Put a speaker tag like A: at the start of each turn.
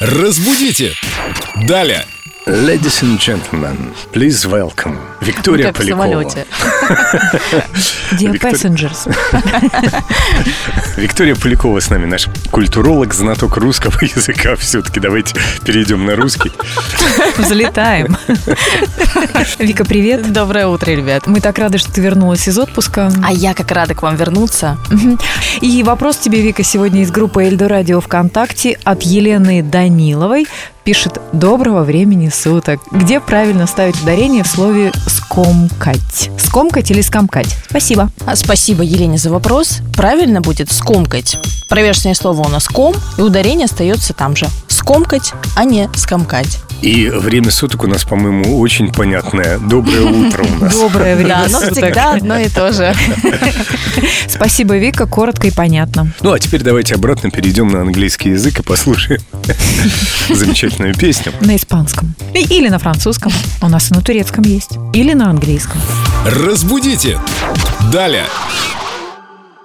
A: Разбудите! Далее!
B: Ladies and gentlemen, please welcome Виктория
C: Как в
B: Полякова.
C: самолете.
D: Dear
B: Виктор-
D: Passengers.
B: Виктория Полякова с нами, наш культуролог, знаток русского языка. Все-таки давайте перейдем на русский.
D: Взлетаем. Вика, привет.
C: Доброе утро, ребят.
D: Мы так рады, что ты вернулась из отпуска.
C: А я как рада к вам вернуться.
D: И вопрос тебе, Вика, сегодня из группы Эльдо Радио ВКонтакте от Елены Даниловой. Пишет «Доброго времени суток». Где правильно ставить ударение в слове «скомкать»? Скомкать или скомкать? Спасибо.
C: А, Спасибо Елене за вопрос. Правильно будет скомкать. Проверочное слово у нас ком, и ударение остается там же. Скомкать, а не скомкать.
B: И время суток у нас, по-моему, очень понятное. Доброе утро у нас.
D: Доброе
C: Да,
D: время
C: оно
D: суток.
C: всегда одно и то же.
D: Спасибо, Вика, коротко и понятно.
B: Ну, а теперь давайте обратно перейдем на английский язык и послушаем замечательную песню.
D: На испанском. Или на французском. У нас и на турецком есть. Или на английском.
A: Разбудите! Далее!